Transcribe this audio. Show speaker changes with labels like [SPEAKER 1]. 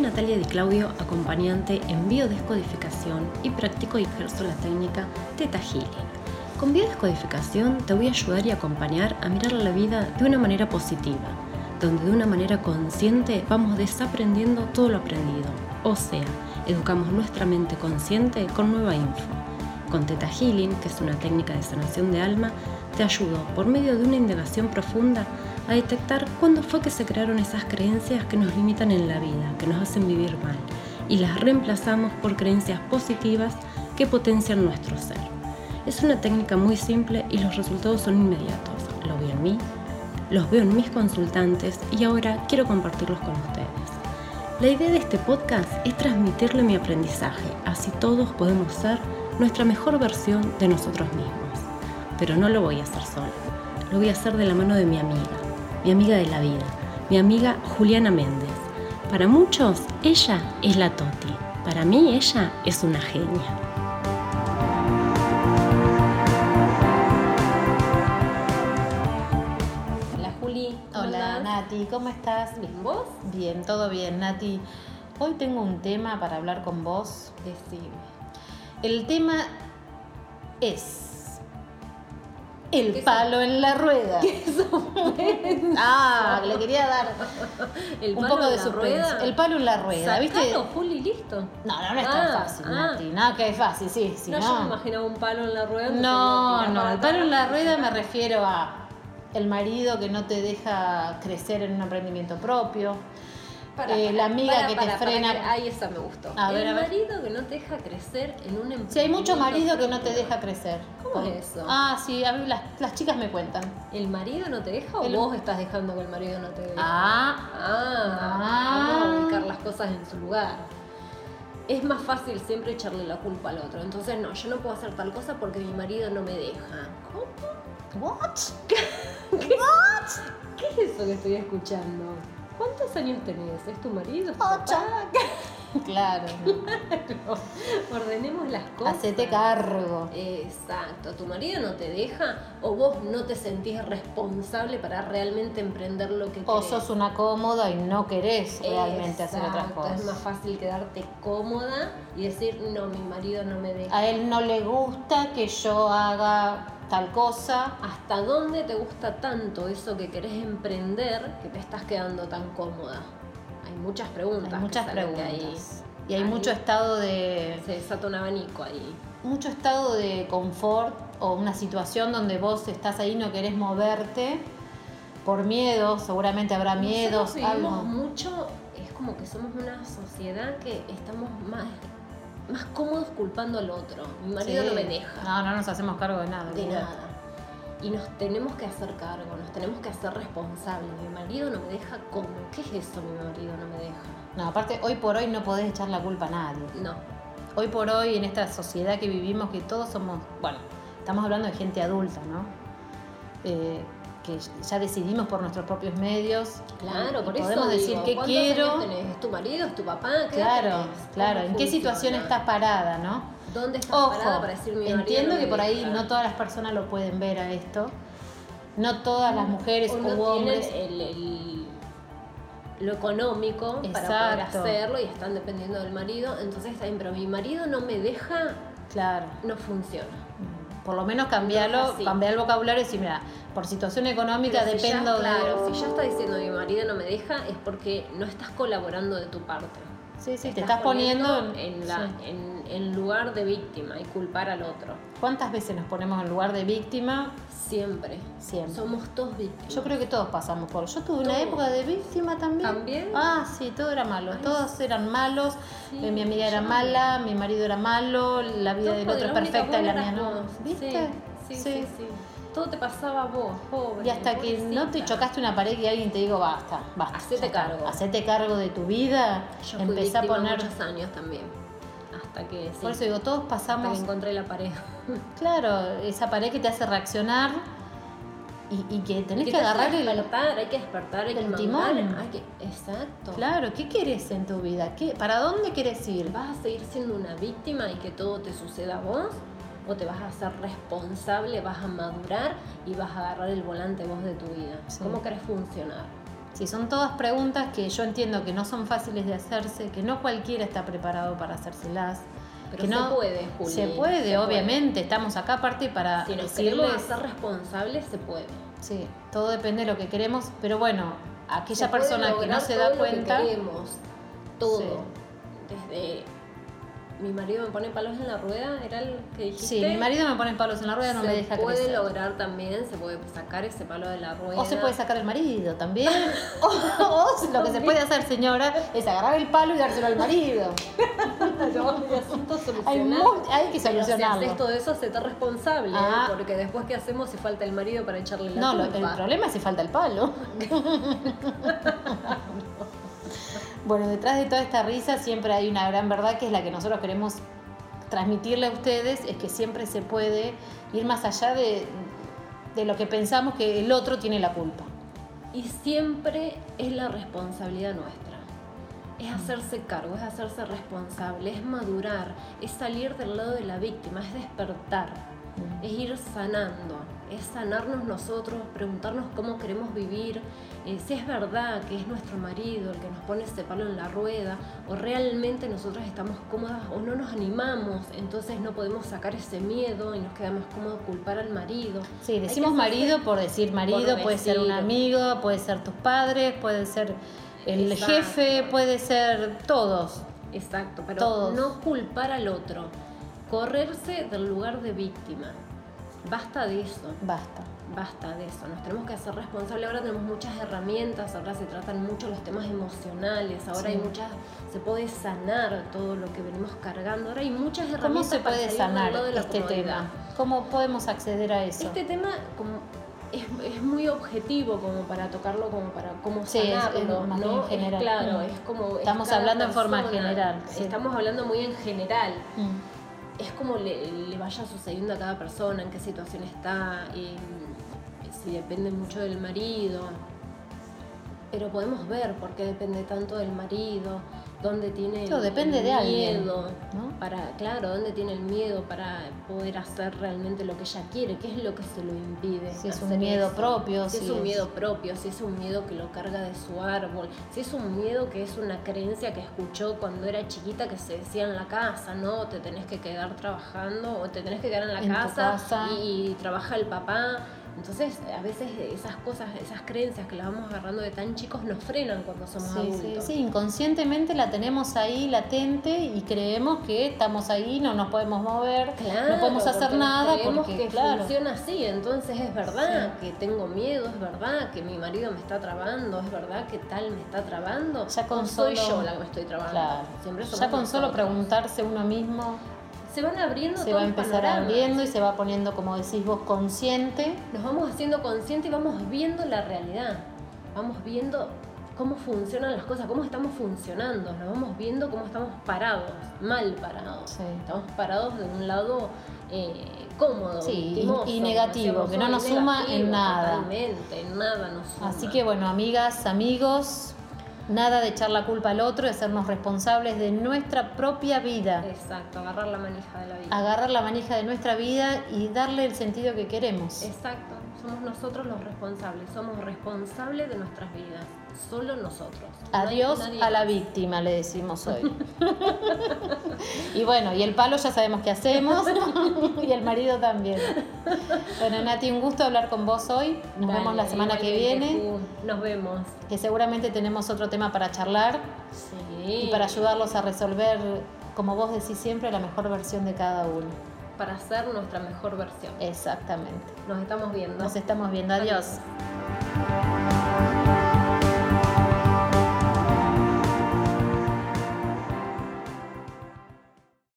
[SPEAKER 1] Natalia Di Claudio, acompañante en biodescodificación y practico y ejerzo la técnica Theta Healing. Con biodescodificación te voy a ayudar y acompañar a mirar la vida de una manera positiva, donde de una manera consciente vamos desaprendiendo todo lo aprendido. O sea, educamos nuestra mente consciente con nueva info. Con Theta Healing, que es una técnica de sanación de alma, te ayudo por medio de una indagación profunda a detectar cuándo fue que se crearon esas creencias que nos limitan en la vida, que nos hacen vivir mal, y las reemplazamos por creencias positivas que potencian nuestro ser. Es una técnica muy simple y los resultados son inmediatos. Lo veo en mí, los veo en mis consultantes y ahora quiero compartirlos con ustedes. La idea de este podcast es transmitirle mi aprendizaje, así todos podemos ser nuestra mejor versión de nosotros mismos. Pero no lo voy a hacer sola, lo voy a hacer de la mano de mi amiga, mi amiga de la vida, mi amiga Juliana Méndez. Para muchos, ella es la Toti, para mí ella es una genia. Hola Juli.
[SPEAKER 2] Hola Nati, ¿cómo estás?
[SPEAKER 1] ¿Bien vos?
[SPEAKER 2] Bien, todo bien Nati. Hoy tengo un tema para hablar con vos.
[SPEAKER 1] Decime.
[SPEAKER 2] El tema es el
[SPEAKER 1] ¿Qué
[SPEAKER 2] palo en la rueda. Ah, le quería dar
[SPEAKER 1] El
[SPEAKER 2] un
[SPEAKER 1] palo
[SPEAKER 2] poco
[SPEAKER 1] en
[SPEAKER 2] de
[SPEAKER 1] la
[SPEAKER 2] suspense.
[SPEAKER 1] rueda.
[SPEAKER 2] El palo en la rueda, ¿viste?
[SPEAKER 1] Sacalo, Juli, listo.
[SPEAKER 2] No, no, no es tan
[SPEAKER 1] Ah,
[SPEAKER 2] fácil,
[SPEAKER 1] ah.
[SPEAKER 2] Nati. No, que es fácil, sí, sí,
[SPEAKER 1] no, yo me imaginaba un palo en la rueda. entonces
[SPEAKER 2] No,
[SPEAKER 1] tenía que tirar
[SPEAKER 2] no,
[SPEAKER 1] para
[SPEAKER 2] el palo en la
[SPEAKER 1] atrás.
[SPEAKER 2] rueda me refiero a el marido que no te deja crecer en un emprendimiento propio.
[SPEAKER 1] Para,
[SPEAKER 2] eh,
[SPEAKER 1] para,
[SPEAKER 2] la amiga
[SPEAKER 1] para,
[SPEAKER 2] que te
[SPEAKER 1] para, para,
[SPEAKER 2] frena.
[SPEAKER 1] para. Ay, esa me gustó.
[SPEAKER 2] A ver,
[SPEAKER 1] el
[SPEAKER 2] a ver.
[SPEAKER 1] marido que no te deja crecer en un emprendimiento.
[SPEAKER 2] Si hay mucho marido que no te deja crecer.
[SPEAKER 1] ¿Cómo es eso?
[SPEAKER 2] Ah, sí, a mí las, las chicas me cuentan.
[SPEAKER 1] ¿El marido no te deja o
[SPEAKER 2] El-
[SPEAKER 1] vos estás dejando que el marido no te deje?
[SPEAKER 2] Ah,
[SPEAKER 1] Ah,
[SPEAKER 2] Ah.
[SPEAKER 1] vamos a ubicar las cosas en su lugar. Es más fácil siempre echarle la culpa al otro. Entonces, no, yo no puedo hacer tal cosa porque mi marido no me deja. ¿Cómo?
[SPEAKER 2] what?
[SPEAKER 1] ¿Qué es eso que estoy escuchando? ¿Cuántos años tenés? ¿Es tu marido? ¿Es tu papá?
[SPEAKER 2] Claro.
[SPEAKER 1] Ordenemos las cosas.
[SPEAKER 2] Hacete cargo.
[SPEAKER 1] Exacto, tu marido no te deja o vos no te sentís responsable para realmente emprender lo que
[SPEAKER 2] O
[SPEAKER 1] querés.
[SPEAKER 2] sos una cómoda y no querés realmente hacer otras
[SPEAKER 1] Exacto, Es más
[SPEAKER 2] cosas.
[SPEAKER 1] fácil quedarte cómoda y decir, no, mi marido no me deja.
[SPEAKER 2] A él no le gusta que yo haga tal cosa.
[SPEAKER 1] ¿Hasta dónde te gusta tanto eso que querés emprender que te estás quedando tan cómoda? Hay muchas preguntas.
[SPEAKER 2] Hay
[SPEAKER 1] que
[SPEAKER 2] muchas
[SPEAKER 1] salen de
[SPEAKER 2] preguntas. Y hay
[SPEAKER 1] Ahí.
[SPEAKER 2] mucho estado de
[SPEAKER 1] ahí. Se desata un abanico ahí.
[SPEAKER 2] mucho estado de confort o una situación donde vos estás ahí y no querés moverte por miedo, seguramente habrá miedos,
[SPEAKER 1] Nosotros vivimos
[SPEAKER 2] algo.
[SPEAKER 1] mucho, es como que somos una sociedad que estamos más, más cómodos culpando al otro. Mi marido
[SPEAKER 2] Sí.
[SPEAKER 1] no me deja.
[SPEAKER 2] No, no nos hacemos cargo de nada.
[SPEAKER 1] de
[SPEAKER 2] olvidate.
[SPEAKER 1] nada. Y nos tenemos que hacer cargo, nos tenemos que hacer responsables. Mi marido no me deja como. ¿Qué es eso? Mi marido no me deja.
[SPEAKER 2] No, aparte, hoy por hoy no podés echar la culpa a nadie.
[SPEAKER 1] No.
[SPEAKER 2] Hoy por hoy, en esta sociedad que vivimos, que todos somos, bueno, estamos hablando de gente adulta, ¿no? Eh, que ya decidimos por nuestros propios medios.
[SPEAKER 1] Claro,
[SPEAKER 2] Y
[SPEAKER 1] por eso
[SPEAKER 2] podemos decir
[SPEAKER 1] digo,
[SPEAKER 2] qué
[SPEAKER 1] ¿cuántos
[SPEAKER 2] quiero.
[SPEAKER 1] años tenés? ¿Es tu marido? ¿Es tu papá? ¿Qué edad
[SPEAKER 2] Claro,
[SPEAKER 1] tenés? ¿Cómo
[SPEAKER 2] claro. ¿En qué
[SPEAKER 1] funciona?
[SPEAKER 2] situación estás parada, no?
[SPEAKER 1] ¿Dónde estás parada
[SPEAKER 2] Ojo,
[SPEAKER 1] para decir mi marido
[SPEAKER 2] entiendo
[SPEAKER 1] no me
[SPEAKER 2] que por ahí
[SPEAKER 1] deja"?
[SPEAKER 2] no todas las personas lo pueden ver a esto. No todas las mujeres
[SPEAKER 1] O
[SPEAKER 2] o,
[SPEAKER 1] no tienen
[SPEAKER 2] hombres.
[SPEAKER 1] el- el- lo económico para
[SPEAKER 2] Exacto.
[SPEAKER 1] poder hacerlo y están dependiendo del marido. Entonces, está bien, pero mi marido no me deja,
[SPEAKER 2] Claro.
[SPEAKER 1] no funciona.
[SPEAKER 2] Por lo menos cambiarlo,
[SPEAKER 1] así.
[SPEAKER 2] cambiar el vocabulario y decir, mira, por situación económica
[SPEAKER 1] Pero si ya-
[SPEAKER 2] dependo
[SPEAKER 1] claro,
[SPEAKER 2] de.
[SPEAKER 1] si ya está diciendo mi marido no me deja, es porque no estás colaborando de tu parte.
[SPEAKER 2] Sí, sí, te estás poniendo.
[SPEAKER 1] en, la,
[SPEAKER 2] sí.
[SPEAKER 1] en, en lugar de víctima y culpar al otro.
[SPEAKER 2] ¿Cuántas veces nos ponemos en lugar de víctima?
[SPEAKER 1] Siempre.
[SPEAKER 2] Siempre.
[SPEAKER 1] Somos todos víctimas.
[SPEAKER 2] Yo creo que todos pasamos por. Yo tuve una
[SPEAKER 1] Todos.
[SPEAKER 2] época de víctima también.
[SPEAKER 1] ¿También?
[SPEAKER 2] Ah, sí, todo era malo. Todos eran malos.
[SPEAKER 1] Sí,
[SPEAKER 2] Eh, mi amiga era
[SPEAKER 1] yo
[SPEAKER 2] mala, mi marido era malo, la vida del otro es perfecta y la mía no. ¿Viste?
[SPEAKER 1] Sí sí, sí, sí. Todo te pasaba a vos, pobre.
[SPEAKER 2] Y hasta que no te
[SPEAKER 1] pobrecita.
[SPEAKER 2] chocaste una pared y alguien te digo basta, basta.
[SPEAKER 1] Hacete
[SPEAKER 2] ya está.
[SPEAKER 1] cargo.
[SPEAKER 2] Hacete cargo de tu vida.
[SPEAKER 1] Yo fui
[SPEAKER 2] Empezá a
[SPEAKER 1] víctima
[SPEAKER 2] poner.
[SPEAKER 1] muchos años también. Hasta que, sí,
[SPEAKER 2] Por eso digo, todos
[SPEAKER 1] hasta que
[SPEAKER 2] pasamos.
[SPEAKER 1] encontré la pared.
[SPEAKER 2] Claro, esa pared que te hace reaccionar y, y que tenés que,
[SPEAKER 1] te hace
[SPEAKER 2] agarrar el.
[SPEAKER 1] despertar, hay que despertar, hay que
[SPEAKER 2] el
[SPEAKER 1] mandar,
[SPEAKER 2] timón.
[SPEAKER 1] hay que- exacto.
[SPEAKER 2] Claro, ¿qué querés en tu vida? ¿Qué, ¿Para dónde querés ir?
[SPEAKER 1] ¿Vas a seguir siendo una víctima y que todo te suceda a vos? ¿O te vas a hacer responsable, vas a madurar y vas a agarrar el volante vos de tu vida?
[SPEAKER 2] Sí.
[SPEAKER 1] ¿Cómo querés funcionar?
[SPEAKER 2] Si son todas preguntas que yo entiendo que no son fáciles de hacerse, que no cualquiera está preparado para hacérselas.
[SPEAKER 1] Pero
[SPEAKER 2] que
[SPEAKER 1] se
[SPEAKER 2] no,
[SPEAKER 1] puede, Juli.
[SPEAKER 2] Se puede, obviamente. Estamos acá aparte para
[SPEAKER 1] Si nos queremos
[SPEAKER 2] decirles.
[SPEAKER 1] hacer responsables, se puede.
[SPEAKER 2] Sí, todo depende de lo que queremos, pero bueno, aquella
[SPEAKER 1] Se puede
[SPEAKER 2] persona que no
[SPEAKER 1] lograr
[SPEAKER 2] se da
[SPEAKER 1] todo lo que
[SPEAKER 2] cuenta.
[SPEAKER 1] queremos, todo. Desde mi marido me pone palos en la rueda, era el que dijiste.
[SPEAKER 2] Sí, mi marido me pone palos en la rueda, no
[SPEAKER 1] se
[SPEAKER 2] me deja
[SPEAKER 1] puede
[SPEAKER 2] crecer.
[SPEAKER 1] lograr también, se puede sacar ese palo de la rueda.
[SPEAKER 2] O se puede sacar el marido también. o, o lo que se puede hacer, señora, es agarrar el palo y dárselo al marido.
[SPEAKER 1] sacar. asunto
[SPEAKER 2] Hay,
[SPEAKER 1] solucionado.
[SPEAKER 2] mu- hay que
[SPEAKER 1] Pero si
[SPEAKER 2] solucionarlo.
[SPEAKER 1] haces todo eso, se te responsable,
[SPEAKER 2] Ah.
[SPEAKER 1] porque después que hacemos si falta el marido para echarle la
[SPEAKER 2] No, lo- el
[SPEAKER 1] culpa.
[SPEAKER 2] problema es si falta el palo. bueno, detrás de toda esta risa siempre hay una gran verdad que es la que nosotros queremos transmitirle a ustedes, es que siempre se puede ir más allá de, de lo que pensamos que el otro tiene la culpa.
[SPEAKER 1] Y siempre es la responsabilidad nuestra. Es hacerse cargo, es hacerse responsable, es madurar, es salir del lado de la víctima, es despertar, es ir sanando, es sanarnos nosotros, preguntarnos cómo queremos vivir, eh, si es verdad que es nuestro marido el que nos pone ese palo en la rueda, o realmente nosotros estamos cómodas o no nos animamos, entonces no podemos sacar ese miedo y nos quedamos cómodos culpar al marido.
[SPEAKER 2] Sí, decimos
[SPEAKER 1] hacerse-
[SPEAKER 2] marido por decir marido,
[SPEAKER 1] por
[SPEAKER 2] puede ser un
[SPEAKER 1] decir.
[SPEAKER 2] amigo, puede ser tus padres, puede ser el
[SPEAKER 1] Exacto.
[SPEAKER 2] jefe, puede ser todos.
[SPEAKER 1] Exacto, pero
[SPEAKER 2] Todos.
[SPEAKER 1] no culpar al otro, correrse del lugar de víctima. Basta de eso,
[SPEAKER 2] Basta.
[SPEAKER 1] basta de eso. Nos tenemos que hacer responsables. Ahora tenemos muchas herramientas, ahora se tratan mucho los temas emocionales, ahora
[SPEAKER 2] Sí.
[SPEAKER 1] hay muchas, se puede sanar todo lo que venimos cargando. Ahora hay muchas herramientas.
[SPEAKER 2] ¿Cómo se
[SPEAKER 1] para salir
[SPEAKER 2] puede
[SPEAKER 1] del
[SPEAKER 2] sanar
[SPEAKER 1] lado de la
[SPEAKER 2] este
[SPEAKER 1] comodidad.
[SPEAKER 2] tema? ¿Cómo podemos acceder a eso?
[SPEAKER 1] Este tema como es, es muy objetivo como para tocarlo, como para cómo
[SPEAKER 2] Sí, es- es
[SPEAKER 1] sanarlo,
[SPEAKER 2] más
[SPEAKER 1] ¿no?
[SPEAKER 2] bien general.
[SPEAKER 1] Es claro,
[SPEAKER 2] Mm.
[SPEAKER 1] es como es
[SPEAKER 2] Estamos
[SPEAKER 1] cada
[SPEAKER 2] hablando en forma
[SPEAKER 1] persona.
[SPEAKER 2] general, sí.
[SPEAKER 1] Estamos hablando muy en general.
[SPEAKER 2] Mm.
[SPEAKER 1] Es como le, le vaya sucediendo a cada persona, en qué situación está, eh, si depende mucho del marido. Pero podemos ver por qué depende tanto del marido, dónde tiene
[SPEAKER 2] Todo
[SPEAKER 1] el-
[SPEAKER 2] depende
[SPEAKER 1] el
[SPEAKER 2] de alguien,
[SPEAKER 1] miedo.
[SPEAKER 2] ¿no?
[SPEAKER 1] Para, claro, dónde tiene el miedo para poder hacer realmente lo que ella quiere, qué es lo que se lo impide.
[SPEAKER 2] Si es un
[SPEAKER 1] hacer
[SPEAKER 2] miedo
[SPEAKER 1] eso?
[SPEAKER 2] propio,
[SPEAKER 1] si,
[SPEAKER 2] si
[SPEAKER 1] es un
[SPEAKER 2] es-
[SPEAKER 1] miedo propio, si es un miedo que lo carga de su árbol, si es un miedo que es una creencia que escuchó cuando era chiquita que se decía en la casa, no, te tenés que quedar trabajando o te tenés que quedar en la
[SPEAKER 2] En tu
[SPEAKER 1] casa,
[SPEAKER 2] casa.
[SPEAKER 1] Y, y trabaja el papá. Entonces, a veces esas cosas, esas creencias que las vamos agarrando de tan chicos nos frenan cuando somos
[SPEAKER 2] Sí, sí,
[SPEAKER 1] adultos.
[SPEAKER 2] sí, inconscientemente la tenemos ahí latente y creemos que estamos ahí, no nos podemos mover,
[SPEAKER 1] Claro,
[SPEAKER 2] no podemos hacer
[SPEAKER 1] porque nos
[SPEAKER 2] nada
[SPEAKER 1] creemos
[SPEAKER 2] porque,
[SPEAKER 1] que
[SPEAKER 2] claro,
[SPEAKER 1] funciona así, entonces es verdad que tengo miedo, es verdad que mi marido me está trabando, es verdad que tal me está trabando.
[SPEAKER 2] Ya con
[SPEAKER 1] o soy
[SPEAKER 2] solo-
[SPEAKER 1] yo la que me estoy trabando.
[SPEAKER 2] claro.
[SPEAKER 1] Siempre somos
[SPEAKER 2] ya con solo
[SPEAKER 1] nosotros.
[SPEAKER 2] preguntarse uno mismo
[SPEAKER 1] se van abriendo
[SPEAKER 2] se
[SPEAKER 1] todo
[SPEAKER 2] va a
[SPEAKER 1] el
[SPEAKER 2] empezar
[SPEAKER 1] panorama.
[SPEAKER 2] abriendo y se va poniendo, como decís vos, consciente.
[SPEAKER 1] Nos vamos haciendo conscientes y vamos viendo la realidad. Vamos viendo cómo funcionan las cosas, cómo estamos funcionando, nos vamos viendo cómo estamos parados, mal parados.
[SPEAKER 2] Sí.
[SPEAKER 1] Estamos parados de un lado eh, cómodo
[SPEAKER 2] Sí, y-
[SPEAKER 1] timoso,
[SPEAKER 2] y negativo,
[SPEAKER 1] decíamos
[SPEAKER 2] que no
[SPEAKER 1] hoy,
[SPEAKER 2] nos suma en
[SPEAKER 1] negativo,
[SPEAKER 2] nada.
[SPEAKER 1] Totalmente, en nada nos suma.
[SPEAKER 2] Así que bueno, amigas, amigos, nada de echar la culpa al otro, de sernos responsables de nuestra propia vida.
[SPEAKER 1] Exacto, agarrar la manija de la vida.
[SPEAKER 2] agarrar la manija de nuestra vida y darle el sentido que queremos.
[SPEAKER 1] Exacto, somos nosotros los responsables, somos responsables de nuestras vidas, solo nosotros.
[SPEAKER 2] Adiós
[SPEAKER 1] No hay nadie
[SPEAKER 2] a la
[SPEAKER 1] más.
[SPEAKER 2] víctima, le decimos hoy. y bueno, y el palo ya sabemos qué hacemos, y el marido también. Bueno, Nati, un gusto hablar con vos hoy. Nos
[SPEAKER 1] Dale,
[SPEAKER 2] vemos la semana que
[SPEAKER 1] igualmente,
[SPEAKER 2] viene,
[SPEAKER 1] Ju, Nos vemos.
[SPEAKER 2] que seguramente tenemos otro tema para charlar
[SPEAKER 1] Sí.
[SPEAKER 2] y para ayudarlos a resolver, como vos decís siempre, la mejor versión de cada uno.
[SPEAKER 1] Para ser nuestra mejor versión.
[SPEAKER 2] Exactamente.
[SPEAKER 1] Nos estamos viendo.
[SPEAKER 2] Nos estamos viendo. Adiós.
[SPEAKER 1] Adiós.